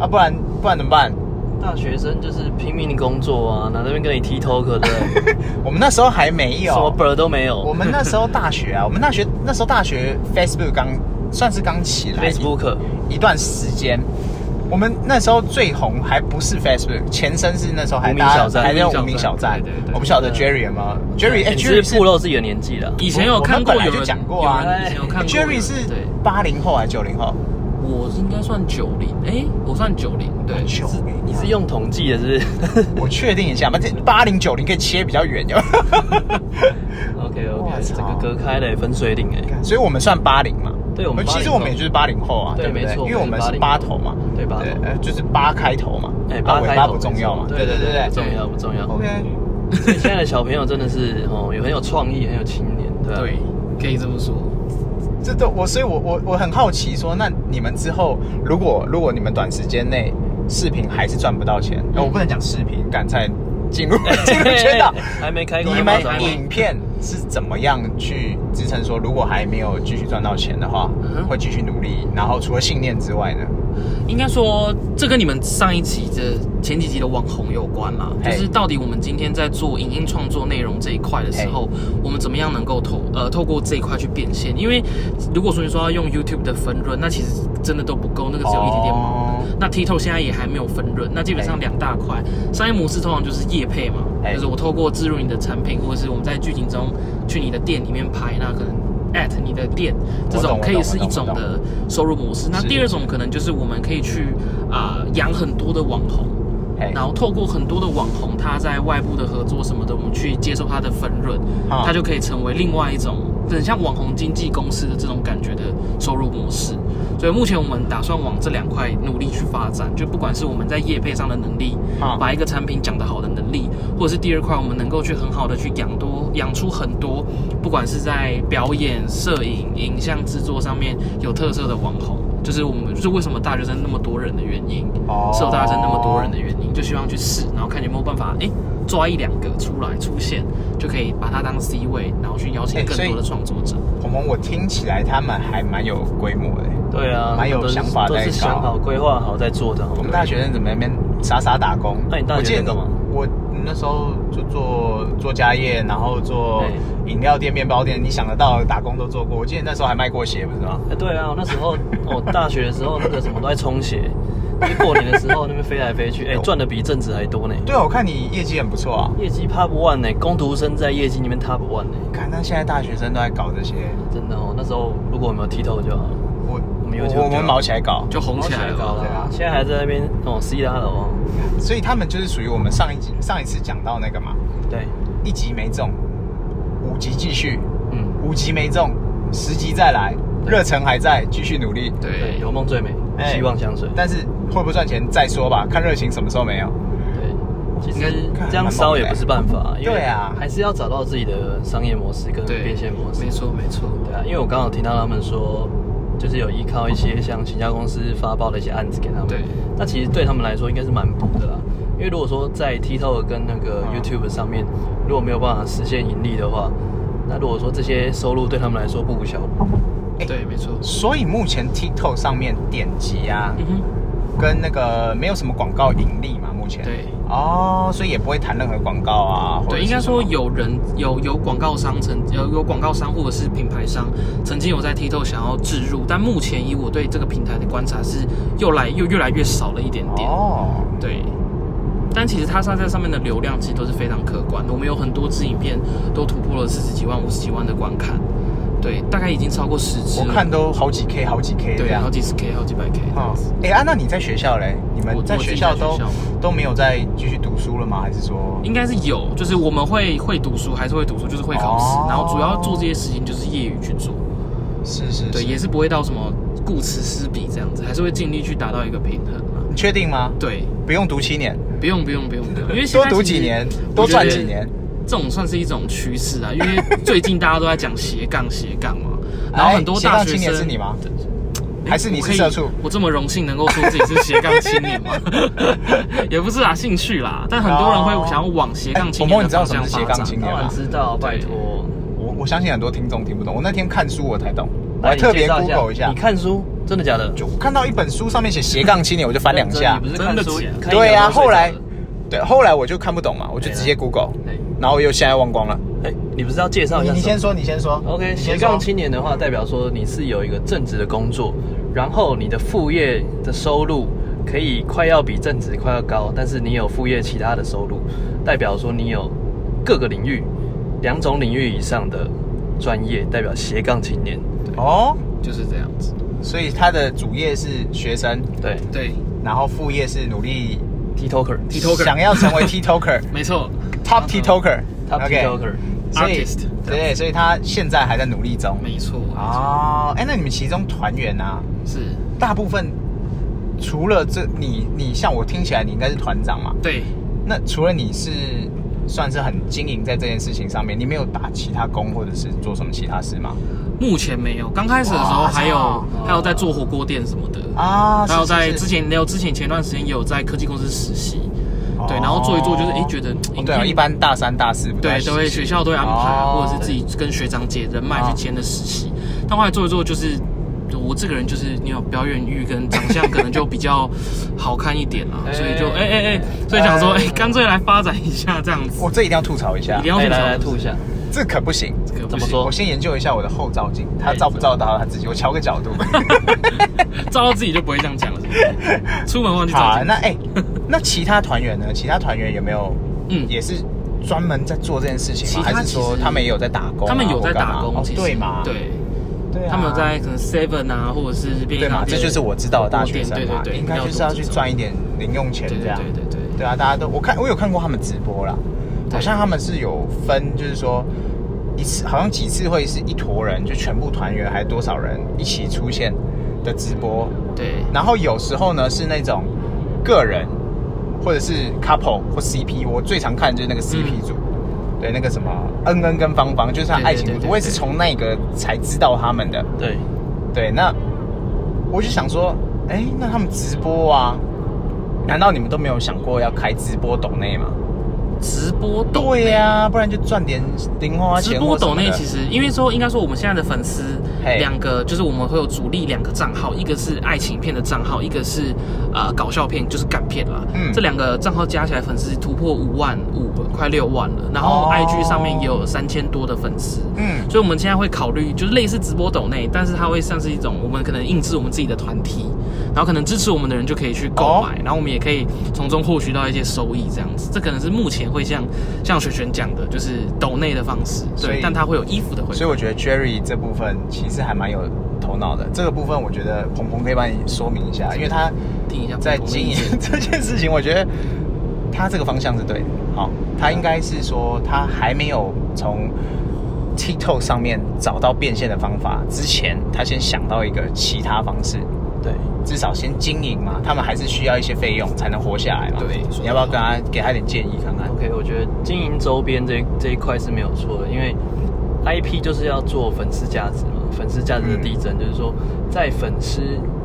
Speaker 2: 啊不然不然怎么办？
Speaker 1: 大学生就是拼命工作啊，哪那边跟你踢 t 可 k 对，
Speaker 2: 我们那时候还没
Speaker 1: 什么
Speaker 2: 有，
Speaker 1: 本儿都没有。
Speaker 2: 我们那时候大学啊，我们大学那时候大学 Facebook 刚算是刚起来
Speaker 1: Facebook
Speaker 2: 一段时间。我们那时候最红还不是 Facebook，前身是那时候还
Speaker 1: 无名
Speaker 2: 大家
Speaker 1: 小站
Speaker 2: 还叫
Speaker 3: 无名
Speaker 2: 无名小
Speaker 3: 小站
Speaker 2: 站
Speaker 3: 对对对。
Speaker 2: 我不晓得 Jerry 有没有 Jerry，哎
Speaker 1: 你是
Speaker 2: ，Jerry
Speaker 1: 不是暴露自己的年纪了。
Speaker 3: 以前有看过
Speaker 2: 我们本来
Speaker 3: 有
Speaker 2: 就
Speaker 3: 人
Speaker 2: 讲过啊
Speaker 3: 有人以前有看过有人
Speaker 2: Jerry 是
Speaker 3: 对，
Speaker 2: 八零后还是九零后？
Speaker 3: 我应该算九零，哎，我算九零，对，
Speaker 2: 九零啊，
Speaker 1: 你是用统计的，是不 是
Speaker 2: 我确定一下嘛，这八零九零可以切比较远有 没有
Speaker 1: ？OK
Speaker 2: 哇
Speaker 1: OK，
Speaker 2: 操
Speaker 1: 这哎个隔开了分水岭哎。
Speaker 2: 所以我们算八零嘛。
Speaker 1: 对我们
Speaker 2: 其实
Speaker 1: 80
Speaker 2: 我们也就是八零后啊，
Speaker 1: 对
Speaker 2: 对不对
Speaker 1: 没错
Speaker 2: 因为我们是
Speaker 1: 我们是80
Speaker 2: 八头嘛，
Speaker 1: 对八头
Speaker 2: 呃，就是八开头嘛，
Speaker 1: 哎，
Speaker 2: 啊
Speaker 1: 八
Speaker 2: 尾
Speaker 1: 开
Speaker 2: 巴
Speaker 1: 头
Speaker 2: 不重要嘛，
Speaker 1: 对
Speaker 2: 对
Speaker 1: 对
Speaker 2: 对
Speaker 1: 对，
Speaker 2: 对
Speaker 1: 不重要不重要。
Speaker 2: ，OK，
Speaker 1: 所以现在的小朋友真的是哦，有很有创意，很有青年，对吧啊
Speaker 3: 对，可以这么说。
Speaker 2: 这都我，所以我我我很好奇说，那你们之后如果如果你们短时间内视频还是赚不到钱，
Speaker 3: 嗯
Speaker 2: 呃我不能讲视频，赶才进入进入圈 道，
Speaker 1: 还没开工
Speaker 2: 你
Speaker 1: 还
Speaker 2: 们
Speaker 1: 没开工
Speaker 2: 影片是怎么样去支撑说，如果还没有继续赚到钱的话
Speaker 3: 嗯，哼
Speaker 2: 会继续努力，然后除了信念之外呢？
Speaker 3: 应该说这跟你们上一集的前几集的网红有关啦，就
Speaker 2: 嘿
Speaker 3: 是到底我们今天在做影音创作内容这一块的时候，我们怎么样能够透呃透过这一块去变现？因为如果说你说要用 YouTube 的分润，那其实真的都不够，那个只有一点点毛。
Speaker 2: 哦
Speaker 3: 那 TikTok 现在也还没有分润，那基本上
Speaker 2: 嘿
Speaker 3: 两大块商业模式通常就是业配嘛，
Speaker 2: 嘿
Speaker 3: 就是我透过植入你的产品，或者是我们在剧情中去你的店里面拍，那可能 at 你的店，这
Speaker 2: 我懂
Speaker 3: 种
Speaker 2: 我
Speaker 3: 可以
Speaker 2: 懂
Speaker 3: 是一
Speaker 2: 我懂
Speaker 3: 种
Speaker 2: 我懂
Speaker 3: 的收入模式。那
Speaker 2: 是
Speaker 3: 第二种可能就是我们可以去啊、养很多的网红。
Speaker 2: 嘿
Speaker 3: 然后透过很多的网红，他在外部的合作什么的，我们去接受他的分润，
Speaker 2: 啊
Speaker 3: 他就可以成为另外一种很像网红经纪公司的这种感觉的收入模式。所以目前我们打算往这两块努力去发展，就不管是我们在业配上的能力，
Speaker 2: 啊
Speaker 3: 把一个产品讲得好的能力，或者是第二块我们能够去很好的去养多养出很多，不管是在表演、摄影、影像制作上面有特色的网红。就是我们，就是为什么大学生那么多人的原因。
Speaker 2: 哦
Speaker 3: 受大生那么多人的原因，就希望去试，然后看有没有办法，哎，抓一两个出来出现，就可以把它当 C 位，然后去邀请
Speaker 2: 诶
Speaker 3: 更
Speaker 2: 所以
Speaker 3: 多的创作者。
Speaker 2: 鹏鹏，我听起来他们还蛮有规模的。
Speaker 1: 对啊，
Speaker 2: 蛮有
Speaker 1: 都是
Speaker 2: 想法
Speaker 1: 都
Speaker 2: 在
Speaker 1: 是
Speaker 2: 搞
Speaker 1: 想好、规划好再做的。哦
Speaker 2: 我们大学生怎么在那边傻傻打工？
Speaker 1: 那你大学
Speaker 2: 我记得
Speaker 1: 在干嘛
Speaker 2: 我那时候就做做家业，然后做
Speaker 1: 对
Speaker 2: 饮料店、面包店，你想得到的打工都做过。我记得那时候还卖过鞋，不是吗？
Speaker 1: 哎，对啊，我那时候我大学的时候那个什么都在充血，因为过年的时候那边飞来飞去，哎，赚的比正职还多呢。
Speaker 2: 对啊，我看你业绩很不错啊。
Speaker 1: 业绩 top one 呢，工读生在业绩里面 top one 呢，
Speaker 2: 看，那现在大学生都在搞这些，
Speaker 1: 真的哦。那时候如果我们有剃头就好了，
Speaker 2: 我
Speaker 1: 我们有
Speaker 2: 我我们毛起来搞，
Speaker 3: 就红起来了
Speaker 1: 高
Speaker 3: 吧。
Speaker 2: 对啊
Speaker 1: 了，现在还在那边哦 C 大楼哦，
Speaker 2: 所以他们就是属于我们上一集上一次讲到那个嘛，
Speaker 1: 对，
Speaker 2: 一集没中，五集继续，
Speaker 1: 嗯，
Speaker 2: 五集没中，十集再来，热忱还在，继续努力。
Speaker 1: 对，啊
Speaker 3: 对，
Speaker 1: 有梦最美，
Speaker 2: 哎
Speaker 1: 希望香水。
Speaker 2: 但是会不会赚钱再说吧，看热情什么时候没有。
Speaker 1: 对，其实
Speaker 2: 看
Speaker 1: 这样烧也不是办法，因为
Speaker 2: 对啊
Speaker 1: 还是要找到自己的商业模式跟
Speaker 3: 对
Speaker 1: 变现模式
Speaker 3: 没。错没错。
Speaker 1: 对啊，因为我刚好听到他们说，就是有依靠一些像行销公司发包的一些案子给他们。
Speaker 3: 对，
Speaker 1: 那其实对他们来说应该是蛮补的啦。因为如果说在 TikTok 跟那个
Speaker 2: 嗯
Speaker 1: YouTube 上面，如果没有办法实现盈利的话，那如果说这些收入对他们来说不无小补，
Speaker 2: 哎
Speaker 3: 对，没错。
Speaker 2: 所以目前 TikTok 上面点击啊，
Speaker 3: 嗯哼，
Speaker 2: 跟那个没有什么广告盈利嘛，目前。
Speaker 3: 对。
Speaker 2: 哦，所以也不会谈任何广告啊。或者
Speaker 3: 对，
Speaker 2: 是
Speaker 3: 应该说
Speaker 2: 什么
Speaker 3: 有人有有广告商曾有有广告商或者是品牌商曾经有在 TikTok 想要置入，但目前以我对这个平台的观察是又来又越来越少了一点点。
Speaker 2: 哦，
Speaker 3: 对。但其实它上在上面的流量其实都是非常可观的，我们有很多支影片都突破了四十几万、五十几万的观看，对，大概已经超过十支
Speaker 2: 我
Speaker 3: 了。
Speaker 2: 看都好几 K，好几 K 这
Speaker 3: 对，
Speaker 2: 样
Speaker 3: 好。几十 K、好几百 K 这样
Speaker 2: 哦
Speaker 3: 子。，
Speaker 2: 哎、啊，那你在学校嘞？你
Speaker 3: 我
Speaker 2: 们在
Speaker 3: 我自
Speaker 2: 学
Speaker 3: 己
Speaker 2: 校
Speaker 3: 在学
Speaker 2: 都
Speaker 3: 校
Speaker 2: 都没有再继续读书了吗？还是说？
Speaker 3: 应该是有，就是我们会会读书，还是会读书，就是会考试，
Speaker 2: 哦
Speaker 3: 然后主要做这些事情就是业余去做，
Speaker 2: 是是
Speaker 3: 嗯对，
Speaker 2: 是
Speaker 3: 也是不会到什么顾此失彼这样子，还是会尽力去达到一个平衡嘛。
Speaker 2: 你确定吗？
Speaker 3: 对，
Speaker 2: 不用读七年，
Speaker 3: 不用不用不用不用，因为现
Speaker 2: 多
Speaker 3: 在
Speaker 2: 读
Speaker 3: 其实
Speaker 2: 几年，
Speaker 3: 我
Speaker 2: 多
Speaker 3: 觉
Speaker 2: 赚
Speaker 3: 得
Speaker 2: 几年。
Speaker 3: 这种算是一种趋势啊，因为最近大家都在讲斜杠斜 杠嘛，然后很
Speaker 2: 哎
Speaker 3: 多大学
Speaker 2: 斜杠青年
Speaker 3: 生
Speaker 2: 是你吗？
Speaker 3: 诶
Speaker 2: 还是你
Speaker 3: 我
Speaker 2: 是
Speaker 3: 可以
Speaker 2: 社畜
Speaker 3: 我这么荣幸能够说自己是斜杠青年吗？ 也不是啦，兴趣啦，但很多人会
Speaker 2: 哦
Speaker 3: 想要往斜杠
Speaker 2: 哎
Speaker 3: 青
Speaker 2: 我
Speaker 3: 年
Speaker 2: 们
Speaker 3: 的
Speaker 2: 你知道
Speaker 3: 方
Speaker 2: 什么是
Speaker 3: 向发
Speaker 2: 斜杠
Speaker 3: 展哦
Speaker 2: 青。
Speaker 1: 当
Speaker 2: 年
Speaker 1: 然
Speaker 2: 吗？
Speaker 1: 知道，拜托。
Speaker 2: 我我相信很多听众听不懂，我那天看书我才懂，我
Speaker 1: 来
Speaker 2: 还
Speaker 1: 你
Speaker 2: 特别
Speaker 1: 介绍
Speaker 2: Google 一下
Speaker 1: 你。看书真的假的？
Speaker 2: 就我看到一本书上面写斜杠青年，我就翻两下
Speaker 1: 你。不是看
Speaker 3: 真
Speaker 1: 书
Speaker 3: 的假的？
Speaker 1: 看一
Speaker 2: 对呀、
Speaker 1: 两本
Speaker 2: 后来
Speaker 1: 睡着了
Speaker 2: 对后来我就看不懂嘛，我就
Speaker 1: 对啊
Speaker 2: 直接 Google，
Speaker 1: 哎
Speaker 2: 然后又现在忘光了。
Speaker 1: 哎，你不是要介绍一
Speaker 2: 你
Speaker 1: 下？
Speaker 2: 你先。说，你先说。
Speaker 1: OK，
Speaker 2: 你
Speaker 1: 斜
Speaker 2: 先
Speaker 1: 杠
Speaker 2: 说
Speaker 1: 青年的话，代表说你是有一个正职的工作，然后你的副业的收入可以快要比正职快要高，但是你有副业其他的收入，代表说你有各个领域两种领域以上的专业，代表斜杠青年。
Speaker 2: 哦，
Speaker 3: 就是这样子。
Speaker 2: 所以他的主业是学生，
Speaker 1: 对
Speaker 3: 对，
Speaker 2: 然后副业是努力
Speaker 1: ，TikToker，
Speaker 3: TikToker
Speaker 2: 想要 成为 TikToker，Top
Speaker 3: 没错。
Speaker 1: Top
Speaker 2: TikToker，OK，
Speaker 1: TikToker
Speaker 2: 所以
Speaker 3: Artist，
Speaker 2: 对，所以他现在还在努力中。
Speaker 3: 没错啊，
Speaker 2: 哦，哎，那你们其中团员啊，
Speaker 3: 是
Speaker 2: 大部分除了这你你像我听起来你应该是团长嘛，
Speaker 3: 对。
Speaker 2: 那除了你是算是很经营在这件事情上面，你没有打其他工或者是做什么其他事吗？
Speaker 3: 目前没有，刚开始的时候
Speaker 2: 哇
Speaker 3: 还有
Speaker 2: 操
Speaker 3: 还有在做火锅店什么的
Speaker 2: 啊
Speaker 3: 还有在
Speaker 2: 是是是
Speaker 3: 之前也有之前前段时间也有在科技公司实习，对，
Speaker 2: 哦
Speaker 3: 然后做一做就是诶觉得
Speaker 2: 哦
Speaker 3: 影
Speaker 2: 对啊，
Speaker 3: 片
Speaker 2: 一般大三大四不太
Speaker 3: 对，都会
Speaker 2: 实习
Speaker 3: 学校都会安排啊，
Speaker 2: 哦
Speaker 3: 或者是自己跟学长姐人脉去签的实习。但后来做一做，就是我这个人就是你有表演欲跟长相可能就比较好看一点啊，所以就哎哎哎，所以想说哎，干脆来发展一下这样子
Speaker 2: 我，这一定要吐槽一下
Speaker 3: 一，定要
Speaker 1: 哎
Speaker 3: 吐槽
Speaker 1: 来来吐一下，
Speaker 2: 这可不行。
Speaker 3: 这个不
Speaker 1: 怎么
Speaker 3: 行哎
Speaker 1: 说
Speaker 2: 我先研究一下我的后照镜，它照不照得到他自己？我瞧个角 度。
Speaker 3: 照到自己就不会这样讲了，是不是出门忘记
Speaker 2: 好
Speaker 3: 照
Speaker 2: 啊，
Speaker 3: 镜子
Speaker 2: 那哎、那其他团员呢？其他团员有没有？
Speaker 3: 嗯
Speaker 2: 嗯，也是专门在做这件事情吗？
Speaker 3: 其他
Speaker 2: 还是说
Speaker 3: 其实
Speaker 2: 他们也有在打工啊、
Speaker 3: 他们有在
Speaker 2: 或干嘛
Speaker 3: 打工
Speaker 2: 哦，
Speaker 3: 其实
Speaker 2: 对嘛？
Speaker 3: 对，
Speaker 2: 对啊，
Speaker 3: 他们有在可能 Seven 啊，或者是便利
Speaker 2: 对
Speaker 3: 商
Speaker 2: 嘛？
Speaker 3: 店
Speaker 2: 这就是我知道的大学生嘛
Speaker 3: 对，对对，
Speaker 2: 应该就是要去赚一点零用钱
Speaker 3: 对对
Speaker 2: 这样。
Speaker 3: 对对对。
Speaker 2: 对啊，大家都我看我有看过他们直播啦，
Speaker 3: 对
Speaker 2: 好像他们是有分，就是说一次好像几次会是一坨人，就全部团员还多少人一起出现的直播，
Speaker 3: 对，
Speaker 2: 然后有时候呢是那种个人或者是 couple 或 CP，我最常看的就是
Speaker 3: 嗯
Speaker 2: 那个 CP 组。对，那个什么恩恩跟芳芳，就是他
Speaker 3: 对对
Speaker 2: 爱情
Speaker 3: 对
Speaker 2: 故事，
Speaker 3: 对
Speaker 2: 我也是
Speaker 3: 对
Speaker 2: 从那个才知道他们的。
Speaker 1: 对，
Speaker 2: 对，那我就想说，哎、那他们直播啊，难道你们都没有想过要开直播抖内吗？
Speaker 3: 直播抖
Speaker 2: 对呀、不然就赚点零花哦钱
Speaker 3: 直播抖内其
Speaker 2: 实
Speaker 3: 实，因为说应该说我们现在的粉丝
Speaker 2: 嘿
Speaker 3: 两个，就是我们会有主力两个账号，一个是爱情片的账号，一个是呃搞笑片，就是干片啦。
Speaker 2: 嗯
Speaker 3: 这两个账号加起来粉丝突破五万五，快六万了。然
Speaker 2: 哦
Speaker 3: 后 IG 上面也有三千多的粉丝。
Speaker 2: 嗯
Speaker 3: 所以我们现在会考虑，就是类似直播抖内，但是它会像是一种我们可能印制我们自己的团体，然后可能支持我们的人就可以去购
Speaker 2: 哦
Speaker 3: 买，然后我们也可以从中获取到一些收益，这样子。这可能是目前会像像璇璇讲的，就是抖内的方式，
Speaker 2: 所
Speaker 3: 对
Speaker 2: 以，
Speaker 3: 但它会有衣服的回
Speaker 2: 所以
Speaker 3: 馈。
Speaker 2: 我觉得 Jerry 这部分其实还蛮有头脑的。这个部分我觉得鹏鹏可以帮你说明一下，因为他
Speaker 3: 听一下
Speaker 2: 在
Speaker 3: 不同的
Speaker 2: 经
Speaker 3: 意
Speaker 2: 营
Speaker 3: 见
Speaker 2: 这件事情，我觉得他这个方向是对的。好、他应该是说他还没有从 TikTok 上面找到变现的方法之前，他先想到一个其他方式，
Speaker 1: 对，
Speaker 2: 至少先经营嘛。他们还是需要一些费用才能活下来嘛。
Speaker 1: 对说得好
Speaker 2: 你要不要跟他给他点建议看看？
Speaker 1: OK，我觉得经营周边这一这一块是没有错的，因为 IP 就是要做粉丝价值嘛，粉丝价值的递增，就是说在粉丝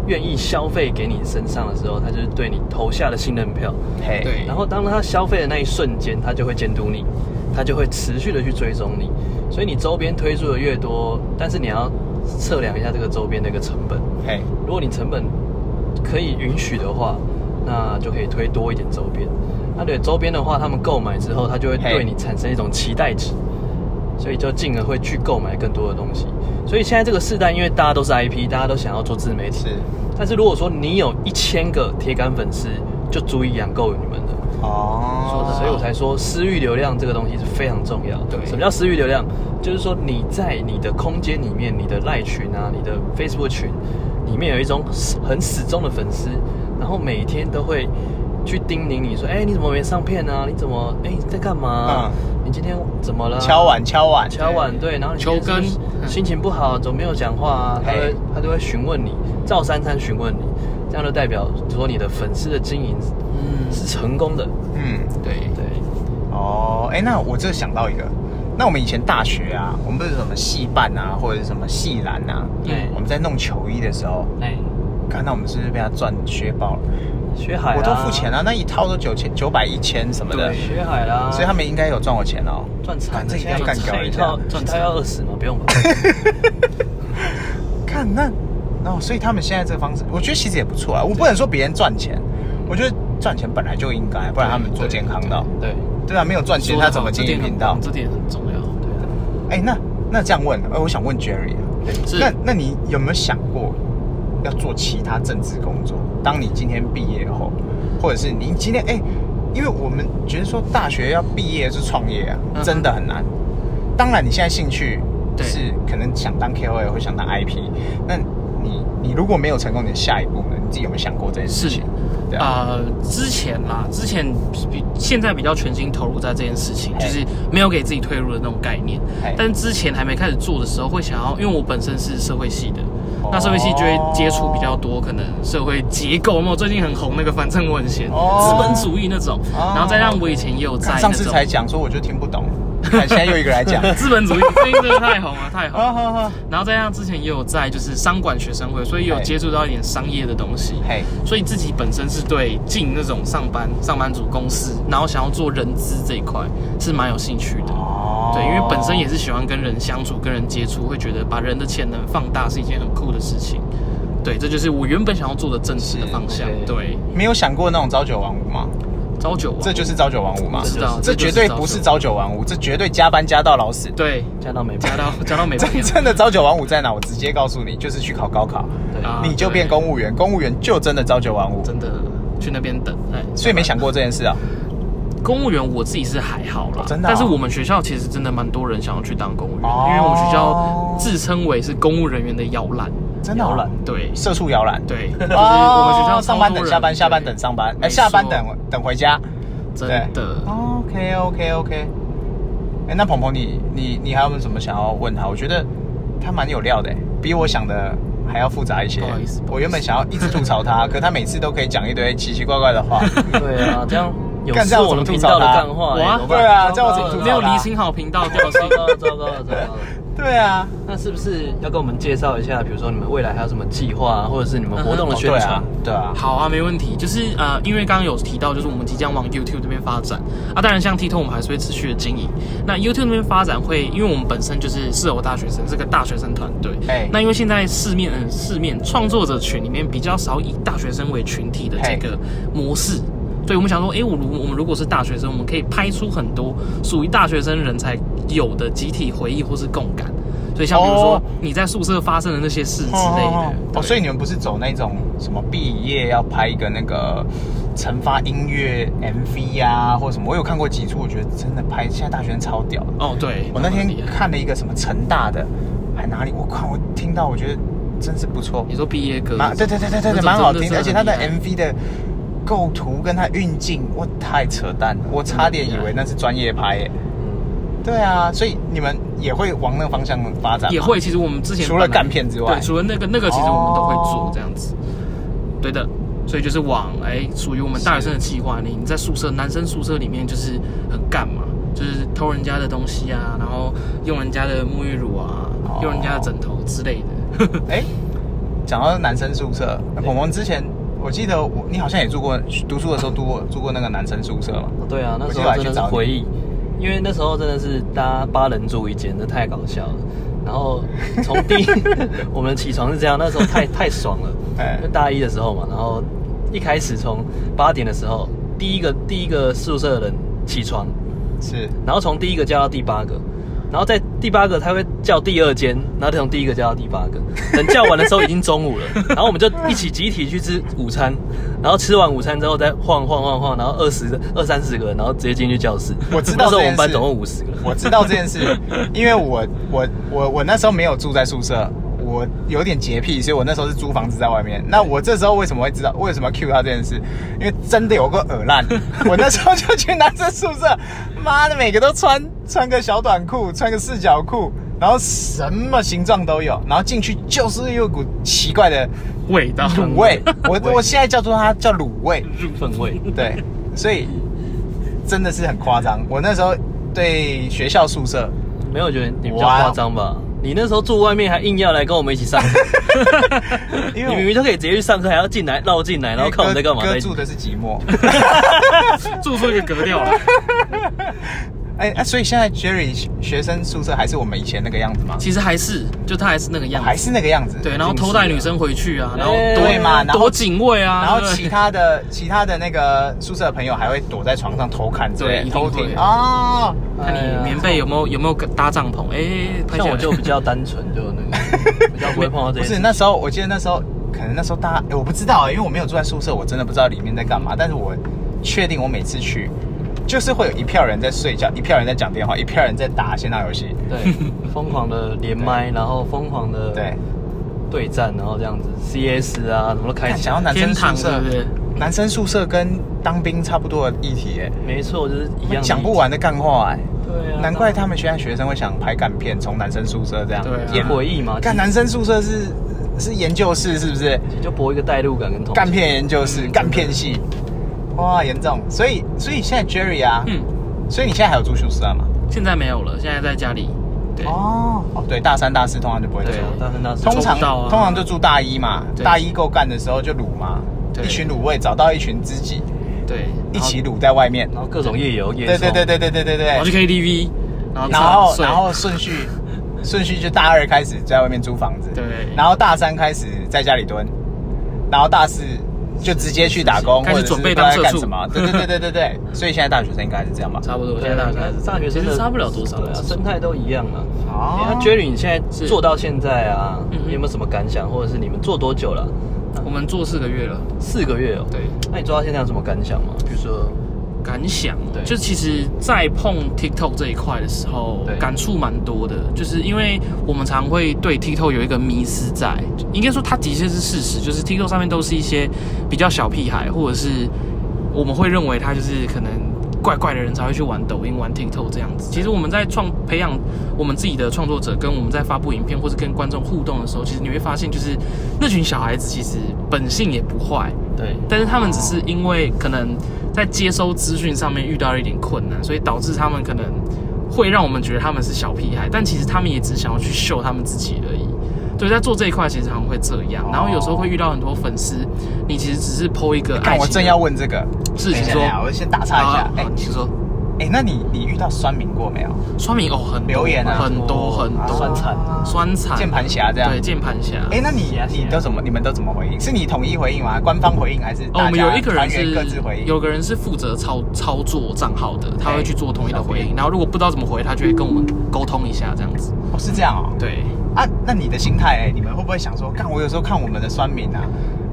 Speaker 1: 愿意消费给你身上的时候，他就是对你投下了信任票。
Speaker 2: 嘿，
Speaker 3: 对
Speaker 1: 然后当他消费的那一瞬间，他就会监督你，他就会持续的去追踪你。所以你周边推出的越多，但是你要测量一下这个周边的一个成本。
Speaker 2: 嘿，
Speaker 1: 如果你成本可以允许的话，那就可以推多一点周边。那对周边的话，他们购买之后，他就会
Speaker 2: 嘿
Speaker 1: 对你产生一种期待值，所以就进而会去购买更多的东西。所以现在这个时代，因为大家都是 IP，大家都想要做自媒体，
Speaker 2: 是
Speaker 1: 但是如果说你有一千个铁杆粉丝，就足以养够你们了。
Speaker 2: 哦
Speaker 1: 所以我才说私域流量这个东西是非常重要的。
Speaker 3: 对
Speaker 1: 什么叫私域流量？就是说你在你的空间里面，你的赖群啊，你的 Facebook 群里面有一种很始终的粉丝，然后每天都会去叮咛你说：“哎、你怎么没上片啊？你怎么哎、你在干嘛、
Speaker 2: 嗯
Speaker 1: 你今天怎么了？”
Speaker 2: 敲碗敲碗，
Speaker 1: 敲碗对，然后你
Speaker 3: 求
Speaker 1: 今天是
Speaker 3: 更嗯
Speaker 1: 心情不好，怎么没有讲话啊？他
Speaker 2: 嘿
Speaker 1: 会他就会询问你，照三餐询问你，这样就代表说你的粉丝的经营
Speaker 3: 嗯，
Speaker 1: 是成功的，
Speaker 2: 嗯。
Speaker 3: 对，
Speaker 1: 对。
Speaker 2: 哦，哎，那我这想到一个，那我们以前大学啊，我们不是什么系办啊，或者是什么系篮啊，
Speaker 1: 对
Speaker 2: 我们在弄球衣的时候，
Speaker 1: 哎，
Speaker 2: 看到我们是不是被他赚削爆了？
Speaker 1: 学海、啊，
Speaker 2: 我都付钱
Speaker 1: 了、
Speaker 2: 了、那一套都九千、九百、一千什么的
Speaker 1: 对，，学海啦、
Speaker 2: 所以他们应该有赚我钱哦。
Speaker 1: 赚惨
Speaker 2: 干
Speaker 1: 了，
Speaker 2: 这一定要
Speaker 1: 现在
Speaker 2: 干掉一
Speaker 1: 一
Speaker 2: 下
Speaker 1: 套。
Speaker 3: 赚
Speaker 1: 赚
Speaker 3: 惨
Speaker 1: 他要二十吗？不 用吧。
Speaker 2: 看那，然后所以他们现在这个方式，我觉得其实也不错啊。我不能说别人赚钱，我觉得赚钱本来就应该，不然他们做健康的，
Speaker 1: 对，
Speaker 2: 对啊，没有赚钱他怎么经营频道？
Speaker 3: 这点很重要。
Speaker 1: 对啊，
Speaker 2: 哎、那那这样问，哎、我想问 Jerry 啊，
Speaker 3: 是
Speaker 2: 那那你有没有想过要做其他政治工作？当你今天毕业后，或者是你今天哎、因为我们觉得说大学要毕业是创业啊，
Speaker 3: 嗯
Speaker 2: 真的很难。当然，你现在兴趣
Speaker 3: 对
Speaker 2: 是可能想当 KOL 或想当 IP，那你你如果没有成功，你的下一步呢？你自己有没有想过这件事
Speaker 3: 是
Speaker 2: 情？对啊，
Speaker 3: 呃，之前啦，之前比现在比较全心投入在这件事情，
Speaker 2: 嘿
Speaker 3: 就是没有给自己退路的那种概念
Speaker 2: 嘿。
Speaker 3: 但之前还没开始做的时候，会想要，因为我本身是社会系的，
Speaker 2: 哦
Speaker 3: 那社会系就会接触比较多可能社会结构嘛。我最近很红那个反正我很闲，
Speaker 2: 哦
Speaker 3: 资本主义那种，
Speaker 2: 哦
Speaker 3: 然后再让我以前也有在
Speaker 2: 看
Speaker 3: 那
Speaker 2: 上次
Speaker 3: 种。
Speaker 2: 才讲说，我就听不懂。看现在又一个来 讲，
Speaker 3: 资本主义最近真的太红了，太红
Speaker 2: 啊
Speaker 3: 了。
Speaker 2: 哈哈，
Speaker 3: 然后再加上之前也有在就是商管学生会，所以也有
Speaker 2: 哎
Speaker 3: 接触到一点商业的东西。
Speaker 2: 嘿，
Speaker 3: 所以自己本身是对进那种上班上班族公司，然后想要做人资这一块是蛮有兴趣的。
Speaker 2: 哦
Speaker 3: 对，因为本身也是喜欢跟人相处、跟人接触，会觉得把人的潜能放大是一件很酷的事情。对，这就是我原本想要做的正职的方向
Speaker 1: 是，OK。
Speaker 3: 对，
Speaker 2: 没有想过那种朝九晚五吗？
Speaker 3: 朝九晚五
Speaker 2: 这就是朝九晚五吗？
Speaker 3: 不知道
Speaker 2: 这
Speaker 3: 这就
Speaker 2: 绝
Speaker 3: 是
Speaker 2: 对不是朝九晚五，这绝对加班加到老死。
Speaker 3: 对
Speaker 1: 加到没办
Speaker 3: 加
Speaker 1: 法
Speaker 3: 到加到没半
Speaker 2: 真
Speaker 3: 年
Speaker 2: 正的朝九晚五在哪？我直接告诉你，就是去考高考，
Speaker 1: 对
Speaker 3: 啊
Speaker 2: 你就变公务员，公务员就真的朝九晚五。
Speaker 3: 真的去那边等，哎，
Speaker 2: 所以没想过这件事啊。
Speaker 3: 公务员我自己是还好啦，
Speaker 2: 哦真的啊
Speaker 3: 但是我们学校其实真的蛮多人想要去当公务员，
Speaker 2: 哦
Speaker 3: 因为我们学校自称为是公务人员的摇篮。
Speaker 2: 真的啊
Speaker 1: 摇篮
Speaker 3: 对
Speaker 2: 社畜摇篮。
Speaker 3: 对， 就是
Speaker 2: 哦
Speaker 3: 我们学校
Speaker 2: 上班等下班，下班等上班，哎，下班等等回家。
Speaker 3: 真
Speaker 2: 对
Speaker 3: 的。
Speaker 2: OK OK OK。哎，那鹏鹏，你你你还有没有什么想要问他？我觉得他蛮有料的，欸比我想的还要复杂一些欸
Speaker 3: 不好意思不好意。思
Speaker 2: 我原本想要一直吐槽他，可他每次都可以讲一堆奇奇怪怪的 话。
Speaker 1: 对啊，这样有
Speaker 2: 干这样
Speaker 1: 是我
Speaker 2: 我怎么
Speaker 1: 们
Speaker 2: 吐
Speaker 1: 频
Speaker 2: 槽
Speaker 1: 道的
Speaker 2: 他
Speaker 1: 干话哎
Speaker 3: 我
Speaker 1: 欸，
Speaker 3: 啊
Speaker 1: 怎么办
Speaker 2: 对啊这样我怎么
Speaker 1: 糟糕
Speaker 2: 吐
Speaker 1: 了
Speaker 3: 没
Speaker 2: 槽
Speaker 3: 有理清好频道调性
Speaker 2: 啊
Speaker 1: 哦糟糕了，糟糕了，糟糕了。
Speaker 2: 对啊，
Speaker 1: 那是不是要跟我们介绍一下，比如说你们未来还有什么计划啊，或者是你们活动的
Speaker 2: 哦
Speaker 1: 宣
Speaker 2: 对
Speaker 1: 传
Speaker 2: 啊？，对啊。
Speaker 3: 好啊，没问题。就是呃，因为刚刚有提到，就是我们即将往 YouTube 这边发展啊。当然，像 TikTok 我们还是会持续的经营。那 YouTube 那边发展会，因为我们本身就是适合大学生，是个大学生团队。
Speaker 2: 哎
Speaker 3: 那因为现在市面嗯市面创作者群里面比较少以大学生为群体的这个模式。所以我们想说，诶，我如我们如果是大学生，我们可以拍出很多属于大学生人才有的集体回忆或是共感。所以像比如说
Speaker 2: 哦
Speaker 3: 你在宿舍发生的那些事之类的，
Speaker 2: 哦
Speaker 3: 对
Speaker 2: 哦，所以你们不是走那种什么毕业要拍一个那个惩罚音乐 MV 啊，或者什么？我有看过几处，我觉得真的拍现在大学生超屌的。
Speaker 3: 哦对，
Speaker 2: 我那天
Speaker 3: 蛮厉害
Speaker 2: 看了一个什么成大的，还哪里？我靠，我听到我觉得真是不错，
Speaker 3: 你说毕业歌？
Speaker 2: 蛮对对对对对
Speaker 3: 那
Speaker 2: 对，
Speaker 3: 种
Speaker 2: 蛮好
Speaker 3: 真
Speaker 2: 听的，而且它的 MV 的构图跟它运镜，我太扯淡了，我差点以为那是专业拍耶。对啊，所以你们也会往那个方向发展吗？
Speaker 3: 嗯也会。其实我们之前
Speaker 2: 除了
Speaker 3: 本来
Speaker 2: 干片之外
Speaker 3: 对，除了那个那个，其实我们都会做
Speaker 2: 哦
Speaker 3: 这样子。对的，所以就是往哎，属于我们大学生的计划。你你在宿舍，男生宿舍里面就是很干嘛，就是偷人家的东西啊，然后用人家的沐浴乳啊，
Speaker 2: 哦
Speaker 3: 用人家的枕头之类的。
Speaker 2: 哎，讲到男生宿舍，我们之前我记得我你好像也住过，读书的时候住过住过那个男生宿舍嘛？
Speaker 1: 对啊，那时
Speaker 2: 我
Speaker 1: 候真的
Speaker 2: 记得我还去
Speaker 1: 是
Speaker 2: 找你
Speaker 1: 回忆，因为那时候真的是大家八人住一间，这太搞笑了。然后从第一， 我们起床是这样，那时候太太爽了
Speaker 2: 哎，
Speaker 1: 就大一的时候嘛。然后一开始从八点的时候，第一个第一个宿舍的人起床，
Speaker 2: 是
Speaker 1: 然后从第一个叫到第八个，然后在第八个他会叫第二间，然后再从第一个叫到第八个。等叫完的时候已经中 午了，然后我们就一起集体去吃午餐，然后吃完午餐之后再晃晃晃晃，然后二十二三十个人，然后直接进去教室。
Speaker 2: 我知
Speaker 1: 那
Speaker 2: 道
Speaker 1: 时候
Speaker 2: 这
Speaker 1: 我们
Speaker 2: 件事
Speaker 1: 班总共五十个人。
Speaker 2: 我知道这件事，因为我我我我那时候没有住在宿舍，我有点洁癖，所以我那时候是租房子在外面。那我这时候为什么会知道为什么要 cue 他这件事？因为真的有个耳烂，我那时候就去男生宿舍，妈的每个都穿穿个小短裤，穿个四角裤。然后什么形状都有，然后进去就是有一股奇怪的
Speaker 3: 味道
Speaker 2: 卤 味，我我现在叫做它叫卤味，
Speaker 1: 入氛围，
Speaker 2: 对，所以真的是很夸张。我那时候对学校宿舍，
Speaker 1: 没有觉得你比较
Speaker 2: 哇
Speaker 1: 夸张吧？你那时候住外面还硬要来跟我们一起上课，
Speaker 2: 因
Speaker 1: 你明明就可以直接去上课，还要进来绕进来，然后看我们在干嘛
Speaker 2: 哥
Speaker 1: 在
Speaker 2: 哥。住的是寂寞。
Speaker 3: 做出一个格调来。
Speaker 2: 哎、啊，所以现在 Jerry 学学生宿舍还是我们以前那个样子吗？
Speaker 3: 其实还是，就他还是那个样
Speaker 2: 还
Speaker 3: 子。
Speaker 2: 是那个样子。
Speaker 3: 对，然后偷带女生回去啊，然后
Speaker 1: 哎
Speaker 2: 对嘛然
Speaker 3: 躲
Speaker 2: 后
Speaker 3: 躲警卫啊，
Speaker 2: 然后
Speaker 3: 对
Speaker 2: 其他的其他的那个宿舍的朋友还会躲在床上偷看之类
Speaker 3: 对
Speaker 2: 的，
Speaker 3: 一定
Speaker 2: 偷
Speaker 3: 会
Speaker 2: 听哦。
Speaker 3: 哎看你棉被有没有有没有搭帐篷？哎、拍下
Speaker 1: 像
Speaker 3: 来
Speaker 1: 我就比较单纯，就那 个比较不会碰到这
Speaker 2: 不
Speaker 1: 些事
Speaker 2: 是
Speaker 1: 情。
Speaker 2: 那时候，我记得那时候可能那时候大家、哎我不知道、因为我没有住在宿舍，我真的不知道里面在干嘛。但是我确定我每次去，就是会有一票人在睡觉，一票人在讲电话，一票人在打线上游戏。
Speaker 1: 对，疯狂的连麦，然后疯狂的
Speaker 2: 对，
Speaker 1: 对战，然后这样子 CS 啊，什么都开
Speaker 2: 看
Speaker 1: 起
Speaker 2: 想要
Speaker 1: 来。
Speaker 2: 男生
Speaker 3: 天
Speaker 2: 宿
Speaker 3: 堂
Speaker 2: 舍
Speaker 3: 是不是
Speaker 2: 男生宿舍跟当兵差不多的议题、哎
Speaker 1: 没错，就是一样
Speaker 2: 我们讲不。完的干话、哎。
Speaker 1: 对啊，
Speaker 2: 难怪他们现在学生会想拍干片，从男生宿舍这样
Speaker 3: 对啊
Speaker 1: 也回忆嘛，
Speaker 2: 干男生宿舍是是研究室，是不是？
Speaker 1: 其实就博一个代入感跟同
Speaker 2: 干片研究室，干片系，哇，严重。所以所以现在 Jerry 啊，
Speaker 3: 嗯，
Speaker 2: 所以你现在还有住宿舍啊吗？
Speaker 3: 现在没有了，现在在家里。对，
Speaker 2: 哦，哦，对，大三、大四通常就不会住
Speaker 3: 对，
Speaker 1: 大三大四
Speaker 2: 通常、
Speaker 3: 抽不到啊
Speaker 2: 通常就住大一嘛，
Speaker 3: 对
Speaker 2: 大一够干的时候就卤嘛，
Speaker 3: 对
Speaker 2: 一群卤味找到一群知己
Speaker 3: 对，
Speaker 2: 一起
Speaker 3: 然
Speaker 2: 卤在外面，
Speaker 1: 然后各种夜游夜
Speaker 2: 对对对
Speaker 1: 对，
Speaker 2: 对对对对
Speaker 3: 后，然后去
Speaker 2: 对，
Speaker 3: KTV，然后
Speaker 2: 然后
Speaker 3: 睡
Speaker 2: 然后顺序顺序就大二开始在外面租房子，
Speaker 3: 对
Speaker 2: 然后大三开始在家里蹲，然后大四。就直接去打工，
Speaker 3: 开始
Speaker 2: 或者是
Speaker 3: 准备
Speaker 2: 不知道
Speaker 3: 当
Speaker 2: 在
Speaker 3: 社
Speaker 2: 干
Speaker 3: 畜
Speaker 2: 什 么？对对对对对对，所以现在大学生应该还是这样吧。
Speaker 3: 差不多，
Speaker 1: 我
Speaker 3: 现在大学
Speaker 1: 大学生
Speaker 3: 其
Speaker 1: 的
Speaker 3: 实差不了多少
Speaker 1: 啊对啊，
Speaker 3: 其实
Speaker 1: 生态都一样啊。
Speaker 2: 哦
Speaker 1: 那 Jerry，你现在
Speaker 3: 是
Speaker 1: 做到现在啊，
Speaker 3: 嗯哼
Speaker 1: 你有没有什么感想，或者是你们做多久了？
Speaker 3: 我们做四个月了，
Speaker 1: 四个月哦。
Speaker 3: 对。
Speaker 1: 那你做到现在有什么感想吗？比如说，
Speaker 3: 感想哦，
Speaker 1: 对
Speaker 3: 就其实，在碰 TikTok 这一块的时候
Speaker 1: 对，
Speaker 3: 感触蛮多的。就是因为我们常会对 TikTok 有一个迷思在，应该说它的确是事实，就是 TikTok 上面都是一些比较小屁孩，或者是我们会认为他就是可能怪怪的人才会去玩抖音、玩 TikTok 这样子。其实我们在创培养我们自己的创作者，跟我们在发布影片或是跟观众互动的时候，其实你会发现，就是那群小孩子其实本性也不坏，
Speaker 1: 对，
Speaker 3: 但是他们只是因为可能在接收资讯上面遇到了一点困难，所以导致他们可能会让我们觉得他们是小屁孩，但其实他们也只想要去秀他们自己而已。对，在做这一块其实常会这样，然后有时候会遇到很多粉丝，你其实只是 PO 一个爱
Speaker 2: 哎看，
Speaker 3: 情的
Speaker 2: 我正要问这个，
Speaker 3: 事情
Speaker 2: 等一下等
Speaker 3: 说
Speaker 2: 一下我先打岔一下
Speaker 3: 好。
Speaker 2: 哎
Speaker 3: 好请说，
Speaker 2: 哎，那你你遇到酸民过没有？
Speaker 3: 酸民哦，很多
Speaker 2: 留言啊
Speaker 3: 很多很多
Speaker 1: 酸惨
Speaker 3: 酸惨
Speaker 2: 键盘侠这样
Speaker 3: 对，键盘侠。
Speaker 2: 哎，那你
Speaker 1: 是啊是啊
Speaker 2: 你都怎么？你们都怎么回应？是你统一回应吗？官方回应还是
Speaker 3: 哦，
Speaker 2: 大
Speaker 3: 我们
Speaker 2: 家
Speaker 3: 有一个人
Speaker 2: 团员
Speaker 3: 是
Speaker 2: 各自回应？
Speaker 3: 有个人是负责操操作账号的，他会去做统一的回应，然后如果不知道怎么回，他就会跟我们沟通一下这样子。
Speaker 2: 哦，是这样哦。
Speaker 3: 对，
Speaker 2: 啊，那你的心态、欸，你们会不会想说，看我有时候看我们的酸民啊，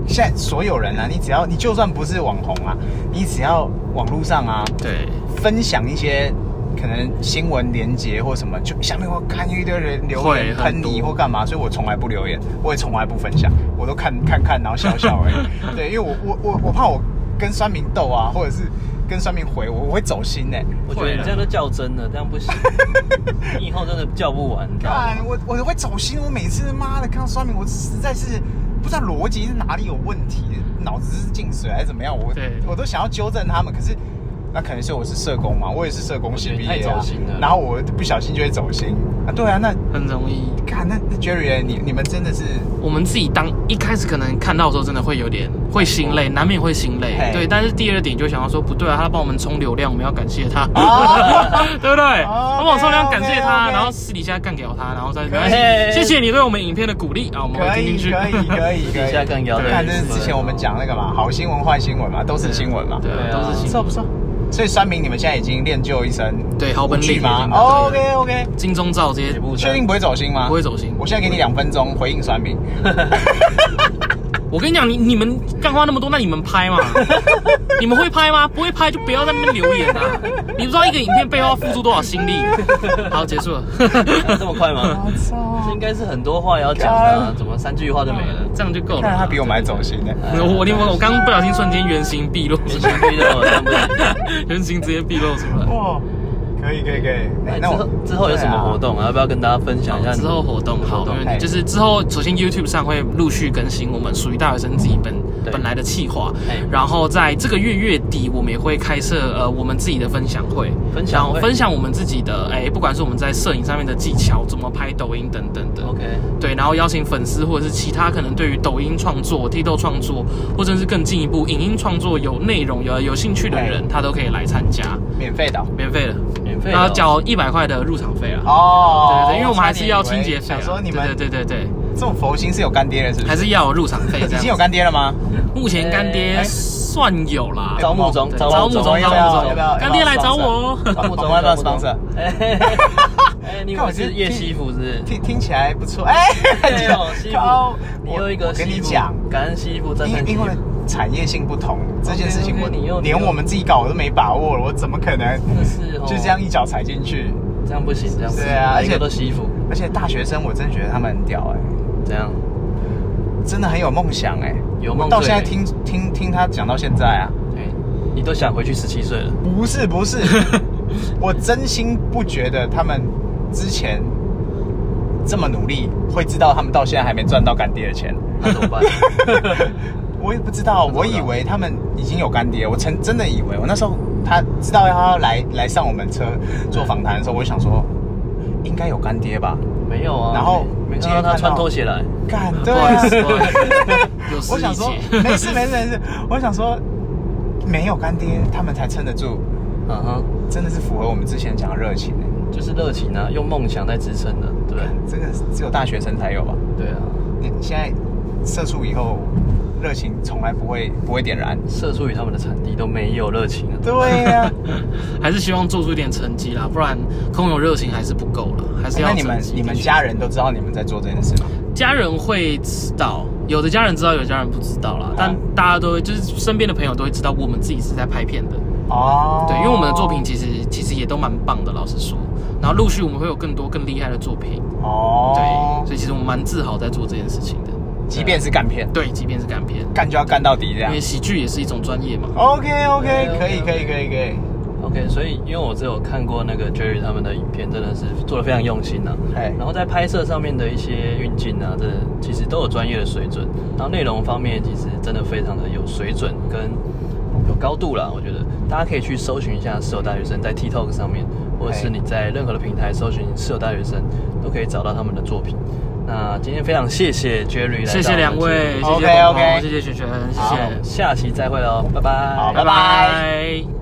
Speaker 2: 现在所有人啊，你只要你就算不是网红啊，你只要网络上啊
Speaker 3: 对，
Speaker 2: 分享一些可能新闻连接或什么，就下面会看一堆人留言
Speaker 3: 会
Speaker 2: 喷
Speaker 3: 很
Speaker 2: 你
Speaker 3: 多
Speaker 2: 或干嘛，所以我从来不留言，我也从来不分享，我都看看看 然后笑笑而已。对，因为我我我我怕我跟酸民斗啊，或者是跟酸民回，我我会走心哎、欸。
Speaker 1: 我觉得你这样都较真了，这样 不行，你以后真的叫不完。你知道吗
Speaker 2: 看我我会走心，我每次妈的看到酸民，我实在是不知道逻辑是哪里有问题，脑子是进水还是怎么样，我
Speaker 3: 对
Speaker 2: 我都想要纠正他们，可是。那可能是我是社工嘛，我也是社工系
Speaker 1: 我觉得
Speaker 2: 毕
Speaker 1: 你太
Speaker 2: 业、啊
Speaker 1: 走心了，
Speaker 2: 然后我不小心就会走心啊。对啊，那
Speaker 3: 很容易。
Speaker 2: 看那那 Jerry，你哎你们真的是
Speaker 3: 我们自己当一开始可能看到的时候，真的会有点会心累，难免会心累
Speaker 2: 嗯嘿。
Speaker 3: 对，但是第二点就想要说，不对啊，他帮我们冲流量，我们要感谢他， 对不对？
Speaker 2: 哦
Speaker 3: 他帮我冲流量，
Speaker 2: OK，OK，
Speaker 3: 感谢他，
Speaker 2: OK
Speaker 3: 然后私底下干掉他，然后再
Speaker 2: 可以
Speaker 3: 哎谢谢你对我们影片的鼓励啊，我们会
Speaker 2: 可
Speaker 3: 听进
Speaker 2: 以
Speaker 3: 去。
Speaker 2: 可以可以
Speaker 1: 私
Speaker 2: 可
Speaker 1: 底
Speaker 2: 以，
Speaker 1: 下更要
Speaker 3: 对
Speaker 2: 看，这是之前我们讲那个嘛，好新闻坏新闻嘛，都是新闻嘛。
Speaker 3: 对
Speaker 1: 对啊，
Speaker 3: 都是
Speaker 2: 不
Speaker 3: 新
Speaker 2: 错不错。所以酸民，你们现在已经练就一身
Speaker 3: 对好本
Speaker 2: 武器
Speaker 3: 领
Speaker 2: 吗
Speaker 3: 已经
Speaker 2: 哦
Speaker 3: 对
Speaker 2: ？OK OK，
Speaker 3: 金钟罩这些
Speaker 1: 也，不
Speaker 2: 确定不会走心吗？
Speaker 3: 不会走心
Speaker 2: 我现在给你两分钟回应酸 民。
Speaker 3: 我跟你讲，你你们干话那么多，那你们拍嘛？你们会拍吗？不会拍就不要在那边留言啊！你不知道一个影片背后要付出多少心力。好，结束了。
Speaker 1: 这么快吗？
Speaker 2: 哦
Speaker 1: 这应该是很多话要讲的啊，怎么三句话就没了？
Speaker 3: 这样就够了。
Speaker 2: 看来他比我们还走心呢。
Speaker 3: 我我我我刚刚不小心瞬间原形毕露，
Speaker 2: 嗯
Speaker 1: 你 先逼的，我真不行。
Speaker 3: 原形直接毕露出来。
Speaker 2: 哇，可以可以可以。
Speaker 1: 那
Speaker 2: 哎
Speaker 1: 你之后之后有什么活？动啊？要不要跟大家分享一下
Speaker 3: 好
Speaker 1: 你？
Speaker 3: 之后活动好，没问
Speaker 2: 哎
Speaker 3: 题。就是之后，首先 YouTube 上会陆续更新我们属于大学生自己本
Speaker 1: 对
Speaker 3: 本来的企划
Speaker 1: 哎，
Speaker 3: 然后在这个月月底，我们也会开设呃我们自己的分享会，
Speaker 1: 分享会
Speaker 3: 然后分享我们自己的哎，不管是我们在摄影上面的技巧，怎么拍抖音等等的。
Speaker 1: OK，
Speaker 3: 对，然后邀请粉丝或者是其他可能对于抖音创作、TikTok 创作，或者是更进一步影音创作有内容、有有兴趣的
Speaker 2: 哎
Speaker 3: 人，他都可以来参加，
Speaker 2: 免费的哦。
Speaker 3: 免费的，
Speaker 1: 免费的哦
Speaker 3: 然后缴一百块的入场费啊。
Speaker 2: 哦
Speaker 3: 对对对，因为我们还是要清洁费、啊。
Speaker 2: 想说你们
Speaker 3: 对对对对
Speaker 2: 这种佛心是有干爹的，是
Speaker 3: 对，
Speaker 2: 不
Speaker 3: 还
Speaker 2: 是？
Speaker 3: 是要有入场费这
Speaker 2: 已
Speaker 3: 样
Speaker 2: 经有
Speaker 3: 子。
Speaker 2: 干爹了吗？
Speaker 3: 目前干爹
Speaker 1: 哎
Speaker 3: 算有啦，
Speaker 2: 哎
Speaker 1: 招募中，
Speaker 3: 对
Speaker 1: 募
Speaker 3: 招募
Speaker 1: 中，
Speaker 3: 中
Speaker 2: 要不
Speaker 1: 招
Speaker 2: 要
Speaker 1: 募
Speaker 2: 要
Speaker 1: 中
Speaker 2: 不要？
Speaker 3: 干爹来找我哦。
Speaker 1: 招募中，
Speaker 2: 啊要不要
Speaker 1: 招募中
Speaker 2: sponsor？
Speaker 1: 哎嘿嘿 哎，你以为是夜西服是不是？
Speaker 2: 听听起来不错，哎，
Speaker 1: 哎
Speaker 3: 啊
Speaker 1: 呦西服
Speaker 2: 靠
Speaker 1: 你又一个
Speaker 2: 我跟
Speaker 1: 西
Speaker 2: 你
Speaker 1: 服
Speaker 2: 讲，
Speaker 1: 感恩西服，赞
Speaker 2: 因
Speaker 1: 叹西
Speaker 2: 因
Speaker 1: 服
Speaker 2: 为。产业性不同，这件事情
Speaker 3: 哦
Speaker 2: 我
Speaker 1: OK，OK，你又
Speaker 2: 连
Speaker 1: 你又
Speaker 2: 我们自己搞我都没把握了，我怎么可能
Speaker 1: 真的是哦
Speaker 2: 就这样一脚踩进去？
Speaker 1: 这样不行，这样不行，
Speaker 2: 对啊而
Speaker 1: 每
Speaker 2: 且
Speaker 1: 个都西服，
Speaker 2: 而且大学生，我真的觉得他们很屌哎、
Speaker 1: 怎样？
Speaker 2: 真的很有梦想哎、
Speaker 1: 有梦
Speaker 2: 我到
Speaker 1: 最
Speaker 2: 现在
Speaker 1: 美
Speaker 2: 听听听他讲到现在啊，
Speaker 1: 哎，你都想回去十七岁 了？
Speaker 2: 不是不是，我真心不觉得他们之前这么努力，会知道他们到现在还没赚到干爹的钱。
Speaker 1: 那怎么 办？
Speaker 2: 我也不知道，
Speaker 1: 那怎么
Speaker 2: 我
Speaker 1: 办
Speaker 2: 以为他们已经有干爹，我曾真的以为我那时候他知道他要来来上我们车做访谈的时候，我就想说，应该有干爹吧？
Speaker 1: 没有啊。
Speaker 2: 然后
Speaker 1: 没没看到他穿拖鞋来，
Speaker 2: 干
Speaker 3: 不
Speaker 2: 对
Speaker 3: 好意思，不好
Speaker 2: 啊
Speaker 3: 意！思，有
Speaker 2: 我
Speaker 3: 事
Speaker 2: 想
Speaker 3: 一
Speaker 2: 说
Speaker 3: 起。
Speaker 2: 没事没事没事，我想说没有干爹，他们才撑得住，
Speaker 1: 嗯哼，
Speaker 2: 真的是符合我们之前讲的热情、欸
Speaker 1: 就是热情啊，用梦想在支撑的，对不对？
Speaker 2: 这个只有大学生才有吧？
Speaker 1: 对啊，
Speaker 2: 你现在社畜以后，热情从来不会不会点燃。
Speaker 1: 社畜与他们的产地都没有热情啊。
Speaker 2: 对呀、
Speaker 3: 还是希望做出一点成绩啦，不然空有热情还是 不够啦，还是要
Speaker 2: 哎那
Speaker 3: 成
Speaker 2: 你
Speaker 3: 绩。
Speaker 2: 们你们家人都知道你们在做这件事吗？
Speaker 3: 家人会知道，有的家人知道，有的家人不知道
Speaker 2: 哦
Speaker 3: 啦。但大家都会，就是身边的朋友都会知道，我们自己是在拍片的。
Speaker 2: 哦，
Speaker 3: 对，因为我们的作品其实其实也都蛮棒的，老实说。然后陆续我们会有更多更厉害的作品，
Speaker 2: 哦
Speaker 3: 对，，所以其实我们蛮自豪在做这件事情的。
Speaker 2: 即便是干片，
Speaker 3: 对，即便是干片，
Speaker 2: 干就要干到底这
Speaker 3: 因
Speaker 2: 样哦
Speaker 3: 为。喜剧也是一种专业嘛。
Speaker 2: OK OK，
Speaker 1: 对
Speaker 2: 可
Speaker 1: OK，
Speaker 2: 以可以可以可以。
Speaker 1: OK，所以因为我只有看过那个 Jerry 他们的影片，真的是做的非常用心呐、
Speaker 2: 哎
Speaker 1: 然后在拍摄上面的一些运镜啊，这其实都有专业的水准。然后内容方面，其实真的非常的有水准跟有高度啦。我觉得大家可以去搜寻一下“室友大学生”在 TikTok 上面，或者是
Speaker 2: 哎
Speaker 1: 你在任何的平台搜寻“室友大学生”，都可以找到他们的作品。那今天非常谢谢 Jerry 来到
Speaker 3: 谢谢两
Speaker 1: 我们的节
Speaker 3: 位，
Speaker 1: 目
Speaker 3: 谢谢
Speaker 2: OK，OK
Speaker 3: 广鹏，谢谢璇璇，谢
Speaker 1: 好
Speaker 3: 谢，
Speaker 1: 下期再会喽，拜拜，
Speaker 2: 好拜拜
Speaker 3: 拜拜